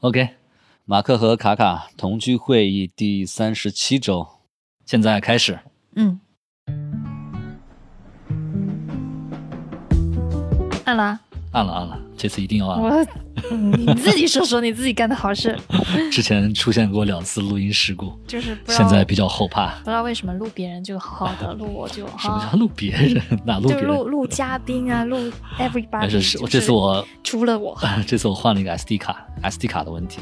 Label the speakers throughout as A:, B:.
A: OK，马克和卡卡同居会议第三十七周，现在开始。
B: 嗯。按了啊，
A: 按了按了，这次一定要按。
B: 我 你自己说说你自己干的好事，
A: 之前出现过两次录音事故，
B: 就是不知
A: 现
B: 道
A: 在比较后怕。
B: 不知道为什么录别人就好好的，录我就
A: 什么
B: 哈
A: 叫，录别人？ 哪录
B: 啊就
A: 别
B: 是
A: 人？
B: 录录嘉宾 啊，录 everybody
A: 但是
B: 就是是。
A: 这次我
B: 除了我，
A: 这次我换了一个 SD 卡，SD 卡的问题。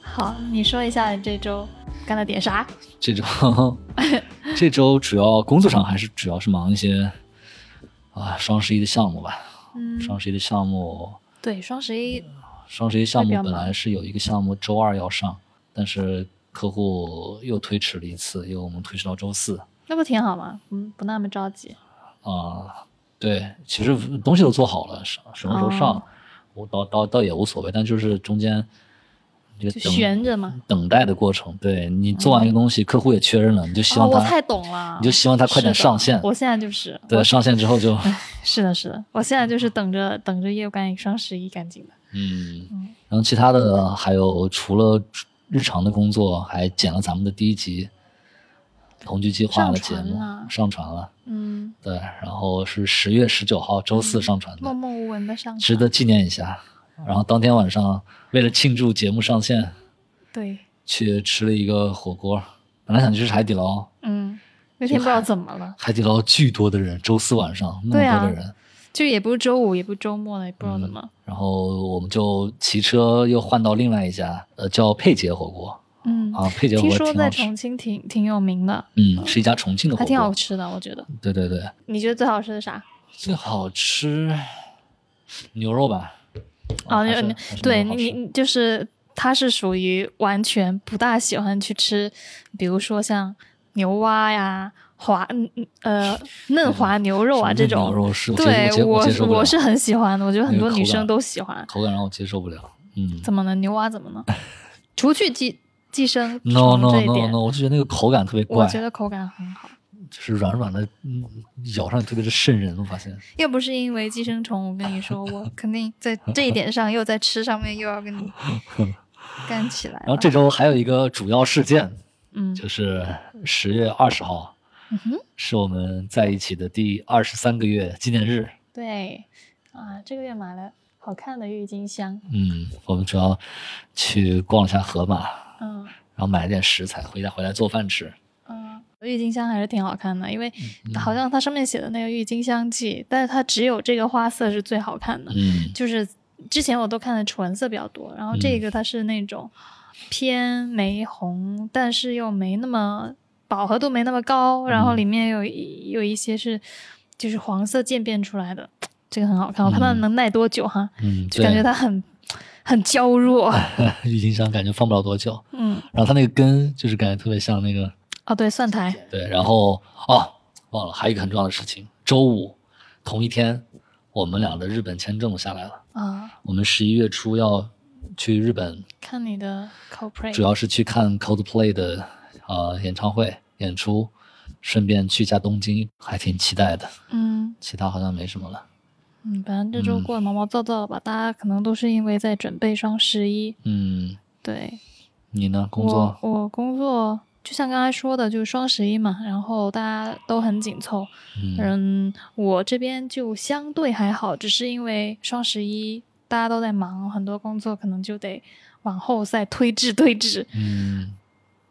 B: 好，你说一下你这周干了点啥？
A: 这周 这周主要工作上还是主要是忙一些啊双十一的项目吧。
B: 嗯，
A: 双十一的项目，
B: 对，双十一
A: 双十一项目
B: 代表
A: 本
B: 吗
A: 来是有一个项目周二要上，但是客户又推迟了一次，又我们推迟到周四。
B: 那不挺好吗？嗯，不那么着急。
A: 啊、对，其实东西都做好了，什什么时候上，
B: 哦
A: 我倒倒倒也无所谓，但就是中间这个
B: 就
A: 等
B: 悬着嘛。
A: 等待的过程，对你做完一个东西，客户也确认了，你就希
B: 哦，
A: 望
B: 我
A: 他，
B: 太懂了，
A: 你就希望他快点
B: 是的
A: 上线，
B: 我现在就是，
A: 对，
B: 我
A: 上线之后就，
B: 是的，是的，我现在就是等着等着业务干双十一干净的。
A: 嗯，然后其他的还有除了日常的工作，还剪了咱们的第一集同居计划的节目，
B: 上传了
A: 上传了，
B: 嗯，
A: 对，然后是十月十九号周四上传的，
B: 默默无闻的嗯上
A: 值
B: 传。
A: 得纪念一下。然后当天晚上，为了庆祝节目上线，
B: 对，
A: 去吃了一个火锅。本来想去吃海底捞，
B: 嗯，那天不知道怎么了，
A: 海底捞巨多的人，周四晚上那
B: 对啊
A: 么多的人，
B: 就也不是周五，也不是周末的，也不
A: 嗯
B: 知道怎么。
A: 然后我们就骑车又换到另外一家，呃，叫佩杰火锅
B: 嗯，
A: 啊，佩杰火
B: 听
A: 锅
B: 说
A: 挺好
B: 在
A: 吃，
B: 重庆挺挺有名的，
A: 嗯，是一家重庆的火
B: 哦还挺好
A: 锅，嗯
B: 吃的，我觉得。
A: 对对对，
B: 你觉得最好吃的啥？
A: 最好吃牛肉吧，
B: 哦，
A: 还
B: 你
A: 是
B: 你
A: 还是
B: 对
A: 牛肉好
B: 你
A: 吃
B: 你就是他是属于完全不大喜欢去吃，比如说像牛蛙呀、滑嗯嗯 呃嫩滑牛肉
A: 什
B: 啊
A: 么
B: 这
A: 是牛
B: 种，
A: 肉是，我接
B: 对
A: 我接我接
B: 是
A: 受不了
B: 我是很喜欢的，我觉得很
A: 那个
B: 多
A: 口
B: 女生
A: 感
B: 都喜欢。
A: 口感让我接受不了，嗯，
B: 怎么能牛蛙怎么 呢？除去寄寄生
A: no
B: 虫
A: no
B: 这一
A: no
B: 点
A: no，我就觉得那个口感特别怪
B: 我，觉得口感很好。
A: 就是软软的，嗯，咬上特别的瘆人。我发现，
B: 要不是因为寄生虫，我跟你说， 我肯定在这一点上又在吃上面又要跟你干起来了。
A: 然后这周还有一个主要事件，
B: 嗯
A: 就是十月二十号，
B: 嗯哼。
A: 是我们在一起的第二十三个月纪念日。
B: 对，啊，这个月买了好看的郁金香，
A: 嗯，我们主要去逛了一下盒马，
B: 嗯
A: 然后买了点食材，回家回来做饭吃。
B: 嗯，郁金香还是挺好看的，因为
A: 嗯
B: 好像它上面写的那个郁金香记，但是它只有这个花色是最好看的，
A: 嗯，
B: 就是之前我都看的纯色比较多，然后这
A: 嗯
B: 个它是那种偏玫红，但是又没那么饱和度没那么高，然后
A: 嗯
B: 里面有一有一些是就是黄色渐变出来的，这个很好看，我看它
A: 嗯
B: 能耐多久哈，
A: 嗯，
B: 就感觉它很很娇弱，
A: 它郁金香感觉放不了多久。
B: 嗯。
A: 然后它那个根就是感觉特别像那个
B: 哦，对，蒜苔，
A: 对，然后哦，忘了还有一个很重要的事情，周五同一天，我们俩的日本签证下来了。
B: 啊，
A: 我们十一月初要去日本，
B: 看你的 cooperate，
A: 主要是去看 Coldplay 的呃演唱会演出，顺便去一下东京，还挺期待的。
B: 嗯
A: 其他好像没什么了。
B: 嗯，反正这周
A: 嗯
B: 过得毛毛躁躁的吧，大家可能都是因为在准备双十一。
A: 嗯，
B: 对，
A: 你呢？工作？
B: 我我工作就像刚才说的，就是双十一嘛，然后大家都很紧凑。
A: 嗯
B: 嗯，我这边就相对还好，只是因为双十一大家都在忙，很多工作可能就得往后再推迟推迟。
A: 嗯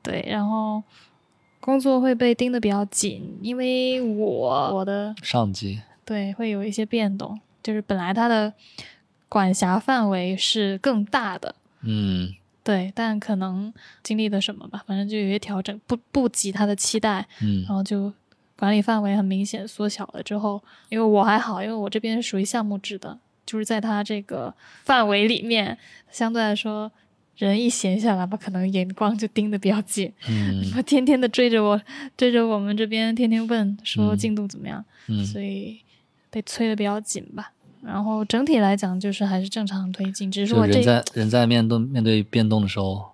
B: 对，然后工作会被盯得比较紧，因为我我的
A: 上级。
B: 对，会有一些变动。就是本来它的管辖范围是更大的，
A: 嗯
B: 对，但可能经历了什么吧，反正就有些调整，不不及他的期待，
A: 嗯
B: 然后就管理范围很明显缩小了。之后，因为我还好，因为我这边是属于项目制的，就是在它这个范围里面，相对来说，人一闲下来吧，可能眼光就盯得比较紧，
A: 嗯
B: 他天天的追着我，追着我们这边，天天问说
A: 嗯
B: 进度怎么样。
A: 嗯
B: 所以被催的比较紧吧。然后整体来讲，就是还是正常推进，只是
A: 就
B: 我这
A: 人在人在面对面对变动的时候，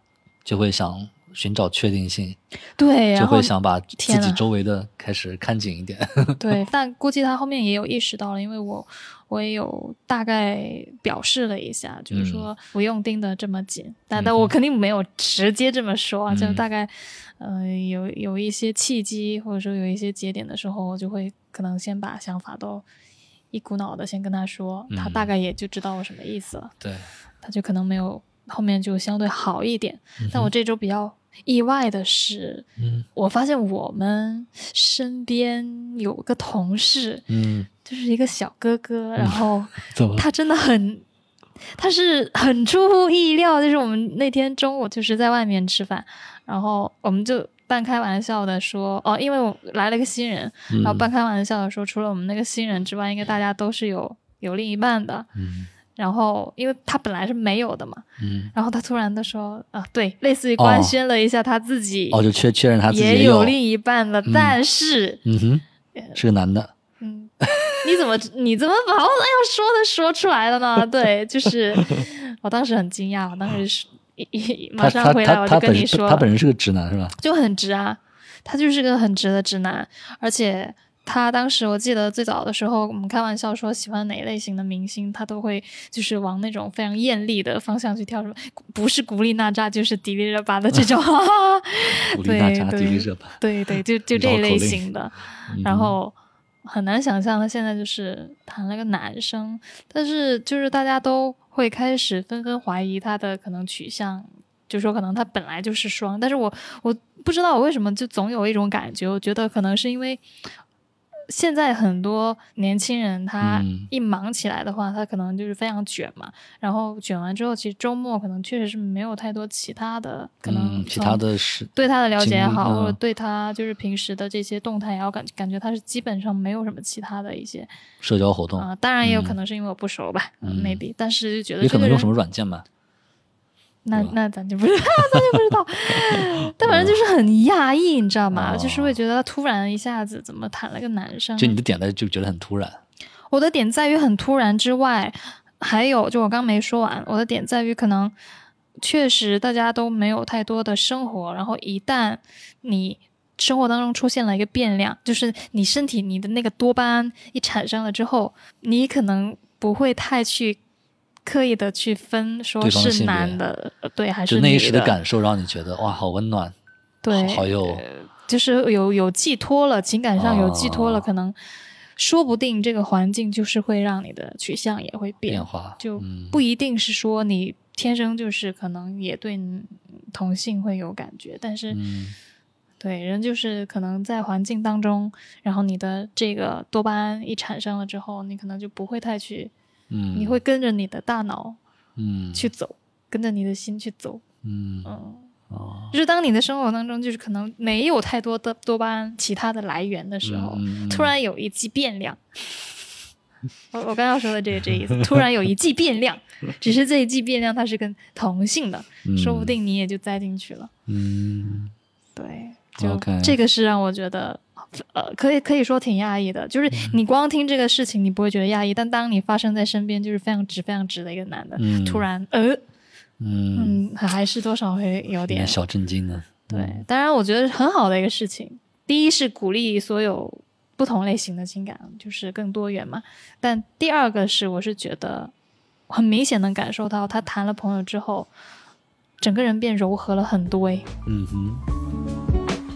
A: 就会想寻找确定性，
B: 对，然
A: 就
B: 后
A: 会想把自
B: 天
A: 己
B: 呐
A: 周围的开始看紧一点。
B: 对，但估计他后面也有意识到了，因为我我也有大概表示了一下，
A: 嗯
B: 就是说不用盯得这么紧，但但我肯定没有直接这么说啊，就
A: 嗯
B: 大概呃有有一些契机或者说有一些节点的时候，我就会可能先把想法都一股脑的先跟他说，他
A: 嗯
B: 大概也就知道我什么意思了，
A: 对，
B: 他就可能没有后面就相对好一点。
A: 嗯
B: 但我
A: 哼
B: 这周比较意外的是，
A: 嗯
B: 我发现我们身边有个同事，
A: 嗯，
B: 就是一个小哥哥，然后
A: 怎么了？
B: 他真的很，他是很出乎意料。就是我们那天中午就是在外面吃饭，然后我们就半开玩笑的说，哦，因为我来了个新人，
A: 嗯
B: 然后半开玩笑的说，除了我们那个新人之外，应该大家都是有有另一半的。
A: 嗯
B: 然后，因为他本来是没有的嘛，
A: 嗯，
B: 然后他突然的说，啊，对，类似于官
A: 哦
B: 宣了一下他自己
A: 哦，就确确认他自己
B: 也
A: 有
B: 有呃另一半了，
A: 嗯
B: 但是，
A: 嗯哼，是个男的，
B: 嗯，你怎么你怎么把我要说的说出来了呢？对， 就是我当时很惊讶，我当时是一一马
A: 他
B: 上
A: 他
B: 回来
A: 他
B: 我就
A: 他
B: 跟
A: 本
B: 你
A: 身
B: 说
A: 他本人是个直男是吧？
B: 就很直啊，他就是个很直的直男，而且他当时我记得最早的时候，我们开玩笑说喜欢哪类型的明星，他都会就是往那种非常艳丽的方向去跳，什么不是古力娜扎就是迪丽热巴的这种， 哈哈
A: 古力
B: 对
A: 娜扎、迪丽
B: 对
A: 热巴，
B: 对 对，就就
A: 绕
B: 这
A: 口
B: 类
A: 令
B: 型的。
A: 嗯
B: 然后很难想象他现在就是谈了个男生，但是就是大家都会开始纷纷怀疑他的可能取向，就说可能他本来就是双，但是我我不知道我为什么就总有一种感觉，我觉得可能是因为。现在很多年轻人，他
A: 嗯
B: 一忙起来的话，他可能就是非常卷嘛。然后卷完之后，其实周末可能确实是没有太多其他的，可能
A: 嗯，其他
B: 从
A: 的是
B: 对他的了解也
A: 经历
B: 好，
A: 嗯
B: 或者对他就是平时的这些动态也好，感感觉他是基本上没有什么其他的一些
A: 社交活动
B: 啊、，当然也有可
A: 嗯
B: 能是因为我不熟吧、呃
A: 嗯
B: m a y b e 但是就觉得
A: 也可
B: 这个
A: 能
B: 人
A: 用什么软件吧？
B: 那
A: 对吧
B: 那咱就不知道， 咱就不知道。但反正就是很讶异，你知道吗？
A: 哦
B: 就是会觉得他突然一下子怎么谈了个男生，
A: 就你的点在就觉得很突然，
B: 我的点在于很突然之外，还有就我刚没说完，我的点在于可能确实大家都没有太多的生活，然后一旦你生活当中出现了一个变量，就是你身体你的那个多巴胺一产生了之后，你可能不会太去。刻意的去分，说
A: 对方的
B: 是
A: 性别
B: 男的，呃对还是
A: 就那
B: 女
A: 一时
B: 的
A: 的感受让你觉得哇，好温暖，
B: 对，
A: 好有
B: 就是有有寄托了，情感上有寄托了，
A: 哦
B: 可能说不定这个环境就是会让你的取向也会变，
A: 变化，
B: 就
A: 嗯
B: 不一定是说你天生就是可能也对同性会有感觉，但是、
A: 嗯
B: 对人就是可能在环境当中，然后你的这个多巴胺一产生了之后，你可能就不会太去，
A: 嗯，
B: 你会跟着你的大脑
A: 嗯
B: 去走，跟着你的心去走，
A: 嗯
B: 嗯。
A: 哦
B: 就是当你的生活当中就是可能没有太多的多巴胺其他的来源的时候，
A: 嗯嗯嗯
B: 哦突然有一剂变量。 我我刚要说的这个这意思， 突然有一剂变量，只是这一剂变量它是跟同性的，
A: 嗯
B: 说不定你也就栽进去了。
A: 嗯
B: 对，就
A: OK
B: 这个是让我觉得，呃，可以可以说挺压抑的。就是
A: 嗯
B: 你光听这个事情，你不会觉得压抑，但当你发生在身边，就是非常直、非常直的一个男的，
A: 嗯
B: 突然，呃，
A: 嗯，
B: 嗯，还是多少会有
A: 有点
B: 点
A: 小震惊的，
B: 对，当然我觉得很好的一个事情。第一是鼓励所有不同类型的情感，就是更多元嘛。但第二个是，我是觉得很明显能感受到，他谈了朋友之后，整个人变柔和了很多诶。
A: 嗯哼。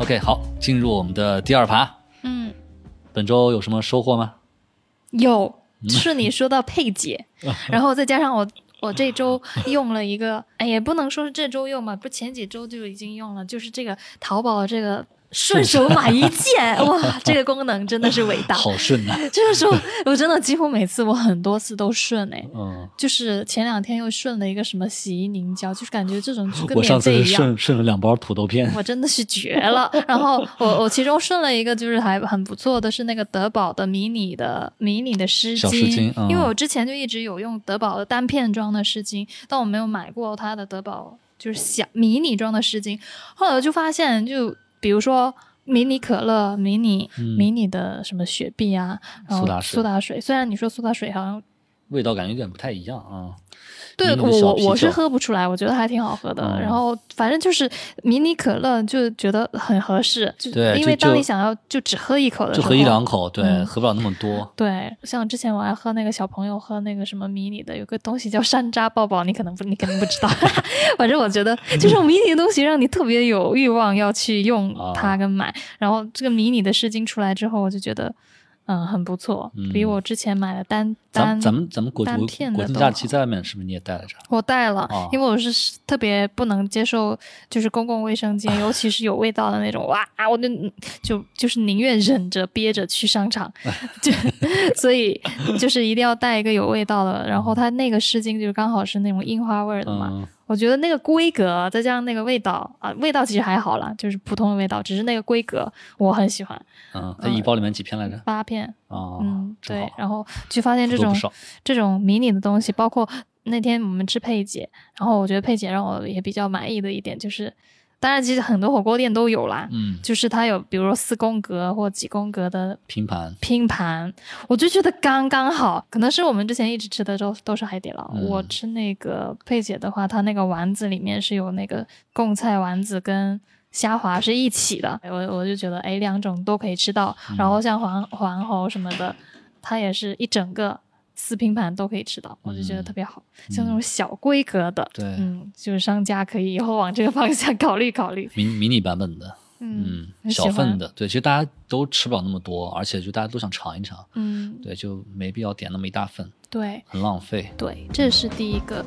A: OK，好，进入我们的第二趴。
B: 嗯，
A: 本周有什么收获吗？
B: 有是你说到佩姐，然后再加上我。我这周用了一个，哎，也不能说是这周用吧，不是前几周就已经用了，就是这个淘宝这个顺手买一件，哇，这个功能真的是伟大，
A: 好顺 啊，
B: 这个时候，我真的几乎每次我很多次都顺哎，
A: 嗯，
B: 就是前两天又顺了一个什么洗衣凝胶，就是感觉这种就跟
A: 我上
B: 免
A: 次
B: 费
A: 是
B: 一样。
A: 顺顺了两包土豆片，
B: 我真的是绝了，然后我我其中顺了一个就是还很不错的是那个德宝的迷你的迷你的湿
A: 小
B: 巾，
A: 湿巾嗯
B: 因为我之前就一直有用德宝的单片装的湿巾，但我没有买过它的德宝就是小迷你装的湿巾，后来我就发现就比如说迷你可乐、迷你、
A: 嗯
B: 迷你的什么雪碧啊，然后
A: 苏打水
B: 苏打水。虽然你说苏打水好像
A: 味道感觉有点不太一样啊。
B: 对
A: 迷
B: 我
A: 你小
B: 我
A: 啤
B: 我是
A: 酒
B: 喝不出来，我觉得还挺好喝的。
A: 嗯
B: 然后反正就是迷你可乐就觉得很合适，就
A: 对
B: 因
A: 就
B: 为当
A: 就
B: 你想要就只喝一口的时
A: 就
B: 候，
A: 喝一两口，对，
B: 嗯
A: 喝不了那么多。
B: 对，像之前我还喝那个小朋友喝那个什么迷你的，有个东西叫山楂抱抱，你可能不，你肯定不知道。 反正我 觉得这种迷你的东西让你特别有欲望要去用
A: 啊
B: 它跟买。然后这个迷你的试金出来之后，我就觉得，嗯，很不错，比
A: 嗯
B: 我之前买的单
A: 咱
B: 单
A: 们咱们咱们国
B: 单
A: 国国
B: 片的
A: 庆
B: 都
A: 假期
B: 好
A: 在外面是不是你也带了啥？
B: 我带了，
A: 哦
B: 因为我是特别不能接受，就是公共卫 生间，尤其是有味道的那种，哇，我就就就是宁愿忍着憋着去商 场，就所以就是一定要带一个有味道的。然后它那个湿巾就刚好是那种樱花味儿的嘛，
A: 嗯，
B: 我觉得那个规格再加上那个味道啊，味道其实还好啦，就是普通的味道，只是那个规格我很喜欢，
A: 嗯，在一包里面几片来着？
B: 八片，
A: 啊，
B: 呃嗯，
A: 正
B: 对
A: 好，
B: 然后就发现这
A: 不多
B: 种
A: 不少。
B: 这种迷你的东西，包括那天我们吃佩姐，然后我觉得佩姐让我也比较满意的一点就是，当然其实很多火锅店都有啦，
A: 嗯，
B: 就是它有比如说四宫格或几宫格的
A: 拼盘，
B: 拼盘，我就觉得刚刚好。可能是我们之前一直吃的都都是海底捞，
A: 嗯
B: 我吃那个佩姐的话，它那个丸子里面是有那个贡菜丸子跟。虾滑是一起的，我我就觉得哎，两种都可以吃到。
A: 嗯
B: 然后像黄黄喉什么的，它也是一整个四拼盘都可以吃到，我就觉得
A: 嗯
B: 特别好。像那种小规格的，
A: 对
B: 嗯，就是商家可以以后往这个方向考虑考虑。
A: 迷迷你版本的，嗯，
B: 很喜
A: 小
B: 欢
A: 份的，对，其实大家都吃不了那么多，而且就大家都想尝一尝，
B: 嗯，
A: 对，就没必要点那么一大份，
B: 对
A: 很浪费。
B: 对，这是第一个。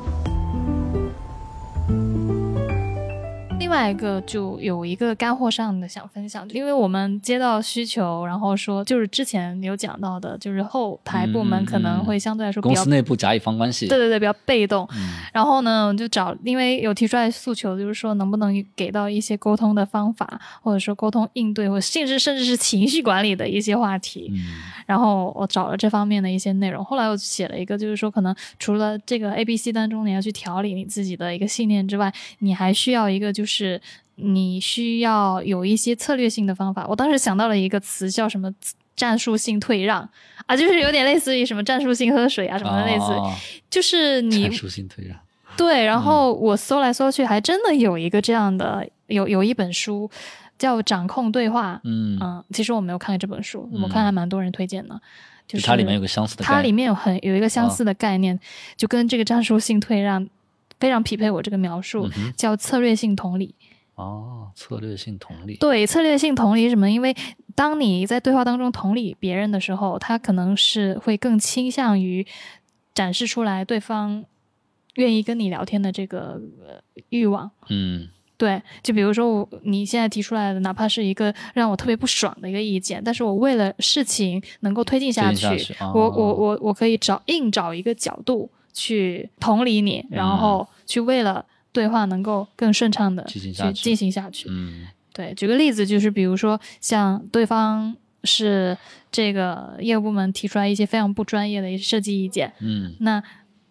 B: 另外一个就有一个干货上的想分享，因为我们接到需求，然后说就是之前有讲到的，就是后台部
A: 嗯
B: 门
A: 嗯
B: 可能
A: 嗯
B: 会相对来说比
A: 公
B: 较
A: 司内部甲乙方关系，
B: 对对对比较被动，
A: 嗯，
B: 然后呢，我就找，因为有提出来诉求，就是说能不能给到一些沟通的方法，或者说沟通应对，或甚至甚至是情绪管理的一些话题。
A: 嗯
B: 然后我找了这方面的一些内容。后来我写了一个，就是说可能除了这个 A、B、C 当中你要去调理你自己的一个信念之外，你还需要一个就是。你需要有一些策略性的方法。我当时想到了一个词，叫什么战术性退让啊，就是有点类似于什么战术性喝水啊 什么的类似，
A: 啊
B: 就是你
A: 阐述性推让，
B: 对，然后我搜来搜去，还真的有一个这样的，有有一本书叫《掌控对话》。
A: 嗯，
B: 嗯，其实我没有看过这本书，我
A: 嗯
B: 看还蛮多人推荐的，就
A: 就是它里面有个相似的概念，
B: 它里面有很有一个相
A: 啊
B: 似的概念，就跟这个战术性退让非常匹配我这个描述，
A: 嗯哼
B: 叫策略性同理。
A: 哦，策略性同理，
B: 对，策略性同理是什么？因为当你在对话当中同理别人的时候，他可能是会更倾向于展示出来对方愿意跟你聊天的这个呃欲望。
A: 嗯
B: 对，就比如说我你现在提出来的，哪怕是一个让我特别不爽的一个意见，但是我为了事情能够推进下
A: 推
B: 去，哦
A: 进下去啊
B: 我我我我可以找硬找一个角度去同理你，然后去为了对话能够更顺畅的
A: 嗯进行下
B: 去
A: 去
B: 进行下去。
A: 嗯
B: 对，举个例子，就是比如说像对方是这个业务部门提出来一些非常不专业的一些设计意见，
A: 嗯
B: 那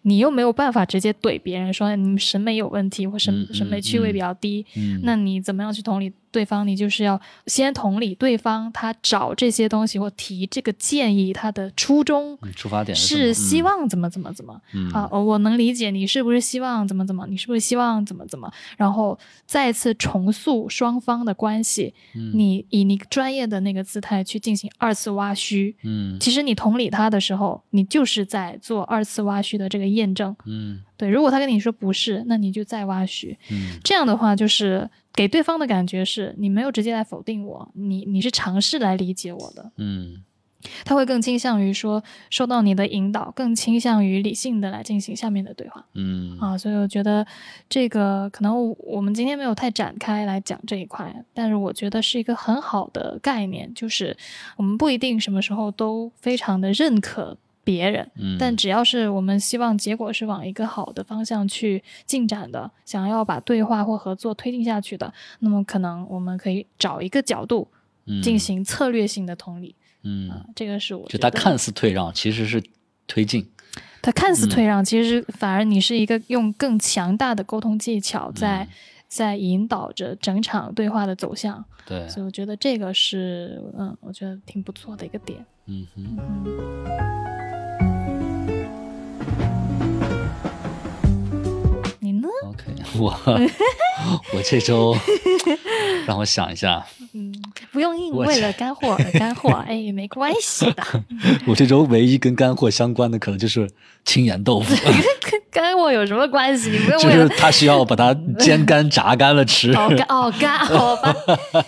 B: 你又没有办法直接怼别人说你们审美有问题或审
A: 嗯嗯
B: 审美趣味
A: 嗯
B: 比较低，
A: 嗯，
B: 那你怎么样去同理对方？你就是要先同理对方，他找这些东西或提这个建议，他的初衷
A: 嗯出发点
B: 是希
A: 希望
B: 望怎么怎么怎么。
A: 嗯
B: 啊，哦我能理解你是不是希望怎么怎么，你是不是希望怎么怎么，然后再次重塑双方的关系，
A: 嗯
B: 你以你专业的那个姿态去进行二次挖虚。
A: 嗯
B: 其实你同理他的时候，你就是在做二次挖虚的这个验证。
A: 嗯
B: 对，如果他跟你说不是，那你就再挖虚。
A: 嗯
B: 这样的话，就是给对方的感觉是你没有直接来否定我，你你是尝试来理解我的。
A: 嗯
B: 他会更倾向于说受到你的引导，更倾向于理性的来进行下面的对话
A: 嗯
B: 啊。所以我觉得这个可能我我们今天没有太展开来讲这一块，但是我觉得是一个很好的概念，就是我们不一定什么时候都非常的认可别人。
A: 嗯，
B: 但只要是我们希望结果是往一个好的方向去进展的，想要把对话或合作推进下去的，那么可能我们可以找一个角度进
A: 嗯
B: 行策略性的同理。啊
A: 嗯，，
B: 这个是我
A: 就
B: 觉
A: 他
B: 得
A: 看似退让，其实是推进，
B: 它看似
A: 嗯
B: 退让，其实反而你是一个用更强大的沟通技巧在、
A: 嗯
B: 在引导着整场对话的走向，
A: 对，
B: 所以我觉得这个是嗯，我
A: 嗯
B: 嗯觉得挺不错的一个点。
A: 嗯哼。
B: 嗯，
A: 我 我这周让我想一下，
B: 嗯，不用硬
A: 我
B: 为
A: 这
B: 了干 货而干货，哎，也没关系的。
A: 我这周唯一跟干货相关的可能就是青盐豆腐，
B: 跟干货有什么关系？你 不用
A: 就
B: 为
A: 是
B: 了
A: 它需要把它煎干、炸干了吃，
B: 哦干哦干好 吧，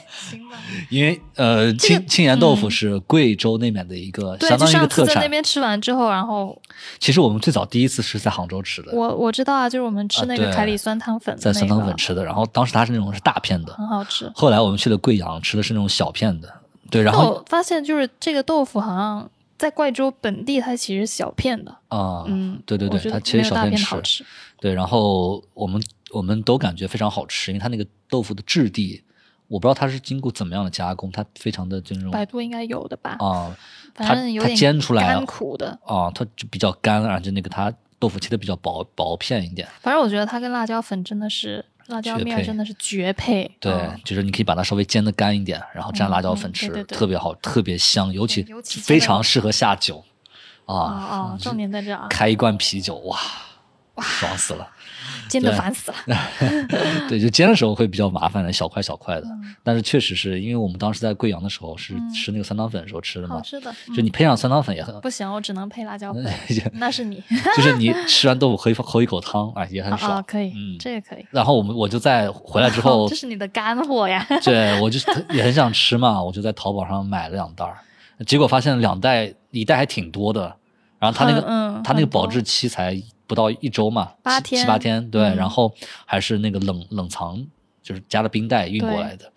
B: 行吧。
A: 因为呃，
B: 这个嗯
A: 青青盐豆腐是贵州那边的一个
B: 对，
A: 相
B: 就
A: 当于一个
B: 上次
A: 特
B: 在那
A: 产。
B: 边吃完之后，然后
A: 其实我们最早第一次是在杭州吃的，
B: 我我知道啊，就是我们吃
A: 啊
B: 那个
A: 对
B: 凯里酸汤粉的
A: 在
B: 那
A: 酸汤
B: 个
A: 粉吃的，然后当时它是那种是大片的，
B: 很好吃。
A: 后来我们去了贵阳吃的是那种小片的，对，然
B: 但
A: 后
B: 我发现就是这个豆腐好像在贵州本地它其实小片的，
A: 啊、
B: 嗯，
A: 对对
B: 我
A: 对，
B: 觉得
A: 它其实
B: 没有
A: 小
B: 大
A: 片
B: 片的
A: 吃
B: 好，吃。
A: 对，然后我们我们都感觉非常好吃，因为它那个豆腐的质地，我不知道它是经过怎么样的加工，它非常的就那种
B: 百度应该有的吧，
A: 啊
B: 反正有
A: 它它
B: 点
A: 煎出来
B: 干苦的。
A: 啊、它就比较干，而且那个它豆腐切的比较薄薄片一点，
B: 反正我觉得它跟辣椒粉真的是辣椒
A: 绝
B: 面
A: 配
B: 真的是绝配。
A: 对，
B: 嗯
A: 就是你可以把它稍微煎的干一点，然后蘸辣椒粉
B: 嗯嗯对
A: 吃，
B: 对对
A: 特别好，特别香，尤其
B: 对尤其
A: 非
B: 现在
A: 常适合下酒
B: 哦
A: 啊！
B: 哦，重点在这儿啊，
A: 开一罐啤酒，哇，爽死了！
B: 煎的
A: 对
B: 烦死了。
A: 对，就煎的时候会比较麻烦，小块小块的，但是确实是因为我们当时在贵阳的时候是
B: 嗯
A: 吃那个酸汤粉的时候吃的
B: 好
A: 嘛，
B: 吃的，
A: 就你配上酸汤粉也很
B: 嗯，不行，我只能配辣椒粉，
A: 嗯
B: 那是你
A: 就是你吃完豆腐喝一口喝一口汤，哎，也很
B: 啊
A: 爽。
B: 啊，可以，
A: 嗯
B: 这个可以。哦
A: 然后我们我就在回来之 后
B: 这，是你的干货呀，
A: 对我就也很想吃嘛，我就在淘宝上买了两袋儿，结果发现两袋一袋还挺多的，然后它那个、
B: 嗯嗯
A: 它那个
B: 很多
A: 保质期才不到一周嘛，
B: 八
A: 七
B: 天
A: 七八天，对，
B: 嗯
A: 然后还是那个冷冷藏，就是加了冰袋运过
B: 对
A: 来的，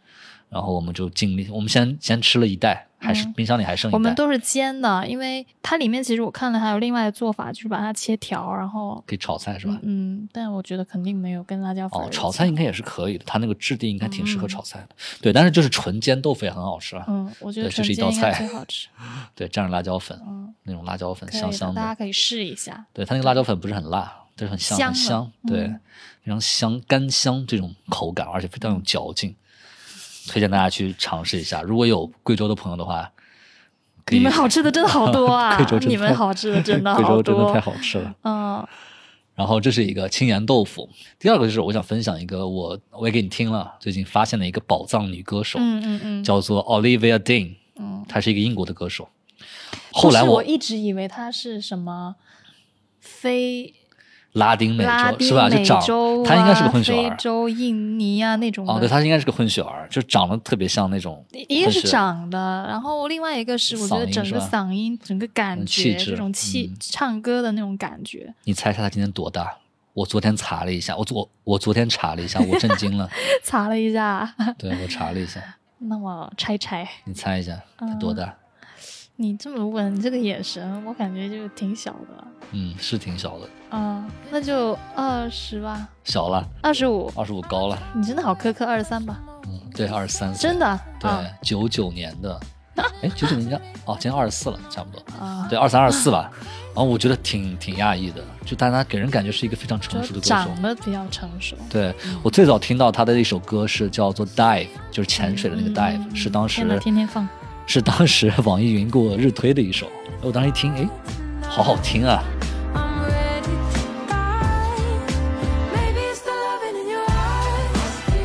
A: 然后我们就尽力，我们先先吃了一袋，还是、
B: 嗯
A: 冰箱里还剩一袋，
B: 我们都是煎的，因为它里面其实我看了还有另外的做法，就是把它切条，然后
A: 可以炒菜是吧
B: 嗯？嗯，但我觉得肯定没有跟辣椒粉
A: 哦
B: 儿，
A: 炒
B: 有
A: 菜应
B: 钱
A: 该也是可以的，它那个质地应该挺适合
B: 嗯
A: 炒菜的。对，但是就是纯煎豆腐也很好吃啊。
B: 嗯，我觉得
A: 对这
B: 纯
A: 是一
B: 煎
A: 道
B: 应该
A: 菜
B: 最好 吃，
A: 对，蘸着辣椒粉，
B: 嗯，
A: 那种辣椒粉
B: 可以
A: 香
B: 的，
A: 香
B: 大家
A: 的。
B: 可以试一下，
A: 对，它那个辣椒粉不是很辣，但是很香，很
B: 香了
A: 香，对
B: 嗯，
A: 非常香，干香这种口感，而且非常有嚼劲。推荐大家去尝试一下，如果有贵州的朋友的话，可以
B: 你们好吃的真的好多啊
A: 贵州，真的
B: 你们
A: 太
B: 好吃的真的
A: 贵州
B: 好
A: 真的太
B: 多，
A: 好吃了。
B: 嗯，
A: 然后这是一个青盐豆腐，第二个就是我想分享一个我我也给你听了，最近发现了一个宝藏女歌手，
B: 嗯嗯嗯，
A: 叫做 Olivia Dean，
B: 嗯
A: 她是一个英国的歌手。
B: 不
A: 后来
B: 是
A: 我
B: 我一直以为它是什么非
A: 拉丁美
B: 拉
A: 洲
B: 丁
A: 是吧？就
B: 美
A: 长
B: 洲、啊、
A: 她应该是个混血
B: 非
A: 儿，
B: 洲、印尼啊那种的。
A: 哦，对，他应该是个混血儿，就长得特别像那种
B: 一个是
A: 混血
B: 长的，然后另外一个是我觉
A: 嗓
B: 得
A: 音
B: 整
A: 是
B: 个
A: 吧
B: 嗓音、整个感
A: 嗯
B: 觉、
A: 气
B: 这
A: 质
B: 种气、
A: 嗯
B: 唱歌的那种感觉，
A: 你猜一下他今年多大？我昨天查了一下，我昨我昨天查了一下，我震惊 了。
B: 查了一下，
A: 对，我查了一下，
B: 那我猜猜，
A: 你猜一下他多大？
B: 你这么问，你这个眼神，我感觉就挺小的，
A: 嗯，是挺小的，
B: 嗯，那就二十吧，
A: 小了，
B: 二十五，
A: 二十五高了，
B: 你真的好苛刻，二十三吧，
A: 嗯，对，二十三岁，
B: 真的，
A: 对
B: 啊，
A: 九九年 的，哎，九九年应该哦，今年二十四了，差不多，
B: 啊，
A: 对，二三二四 吧。然后我觉得挺挺讶异的，就但他给人感觉是一个非常成熟
B: 就
A: 的歌手
B: 长。得比较成熟，
A: 对
B: 嗯
A: 我最早听到他的一首歌是叫做《Dive》，就是潜水的那个
B: 嗯
A: Dive，、是当时
B: 天哪，天天放，
A: 是当时网易云给我日推的一首，我当时一听，哎，好好听啊！
C: I'm ready to die. Maybe it's the loving in your eyes.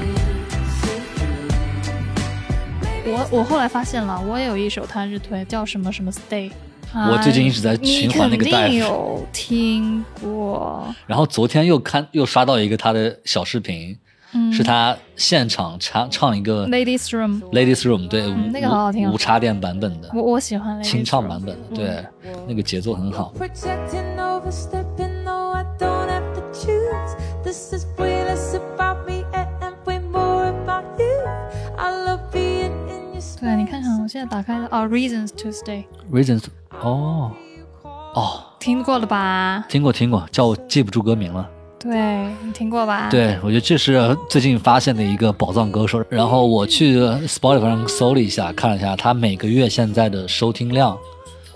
C: See through.
B: 我我后来发现了，我也有一首他日推，叫什么什么 Stay。
A: 我最近一直在
B: 哎
A: 循环那个
B: 你
A: dive
B: 肯定有听过，
A: 然后昨天又看又刷到一个他的小视频，
B: 嗯，
A: 是他现场唱唱一个
B: Ladies Room，
A: Ladies Room，对，无
B: 那个好好听啊
A: 无无插电版本的
B: 我我喜欢 Ladies
A: 清唱
B: Room
A: 版本，对，
B: 嗯
A: 那个节奏很好。
C: Projecting, overstepping. No, I don't have to choose. This is way less about me and way more about you. I love being in your
B: 对，你看
C: space.
B: 看，我现在打开了哦，Reasons to Stay，
A: Reasons，哦哦，
B: 听过了吧？
A: 听过听过，叫我记不住歌名了。
B: 对你听过吧？，
A: 对，我觉得这是最近发现的一个宝藏歌手。然后我去 Spotify 上搜了一下，看了一下，他每个月现在的收听量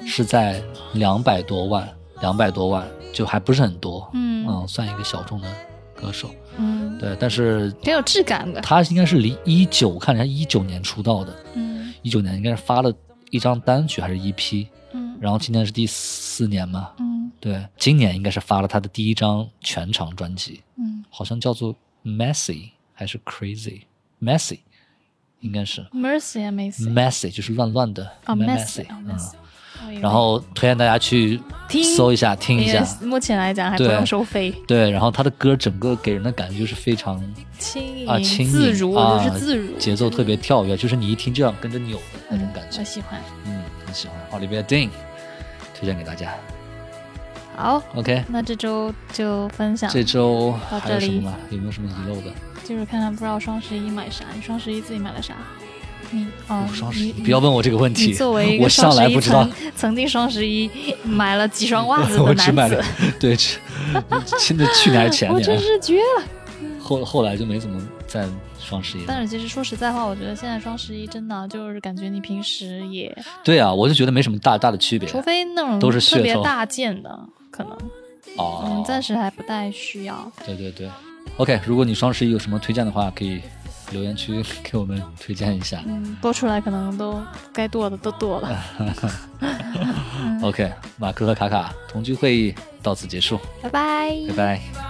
A: 是在两百多万，两百多万，就还不是很多，
B: 嗯
A: 嗯，算一个小众的歌手。
B: 嗯，
A: 对，但是
B: 挺有质感的，
A: 他应该是离一九，我看了一下一九年出道的，
B: 嗯
A: 一九年应该是发了一张单曲还是 EP，
B: 嗯
A: 然后今年是第四年嘛，
B: 嗯
A: 对，今年应该是发了他的第一张全长专辑，
B: 嗯，
A: 好像叫做 messy 还是 crazy？messy 应该是
B: Mercy 也没死
A: messy，就是乱乱的
B: 哦
A: m e s s
B: ，Messy
A: y
B: 哦
A: 嗯，
B: ，Messy，我以为
A: 然后推荐大家去
B: 听
A: 搜一下听一
B: 因为
A: 下。
B: 目前来讲还不
A: 对
B: 用收费，
A: 对，然后他的歌整个给人的感觉就是非常
B: 轻盈、
A: 啊轻盈
B: 嗯自如，我
A: 啊
B: 觉得是自如，嗯
A: 节奏特别跳跃，就是你一听就想跟着扭的那种感觉
B: 我。喜欢。
A: 嗯，很喜欢。奥利维亚· n 推荐给大家。
B: 好，
A: OK，
B: 那这周就分享，
A: 这周
B: 嗯到
A: 还
B: 这
A: 有
B: 里
A: 什么吗？有没有什么遗漏的？
B: 就是看看不知道双十一买啥，你双十一自己买了啥？你哦，
A: 双十一，
B: 你
A: 不要问我这个问
B: 你
A: 题
B: 作为一，
A: 我
B: 个双
A: 上
B: 十
A: 来
B: 一
A: 不知道
B: 曾，曾经双十一买了几双袜子 的
A: 我只买
B: 男子
A: 了，对，只现在去年还是前
B: 我真
A: 年，
B: 是绝了。
A: 后后来就没怎么在双十一了。
B: 但是其实说实在话，我觉得现在双十一真的就是感觉你平时也，
A: 对啊，我就觉得没什么大大的区别。
B: 除非那种
A: 都是噱
B: 特别
A: 头
B: 大件的，可能
A: 哦
B: 嗯，暂时还不太需要。
A: 对对对，OK，如果你双十一有什么推荐的话，可以留言区 给我们推荐一下。
B: 嗯，多出来可能都该剁的都剁了，
A: OK，马克和卡卡同居会议到此结束，
B: 拜拜。
A: 拜拜。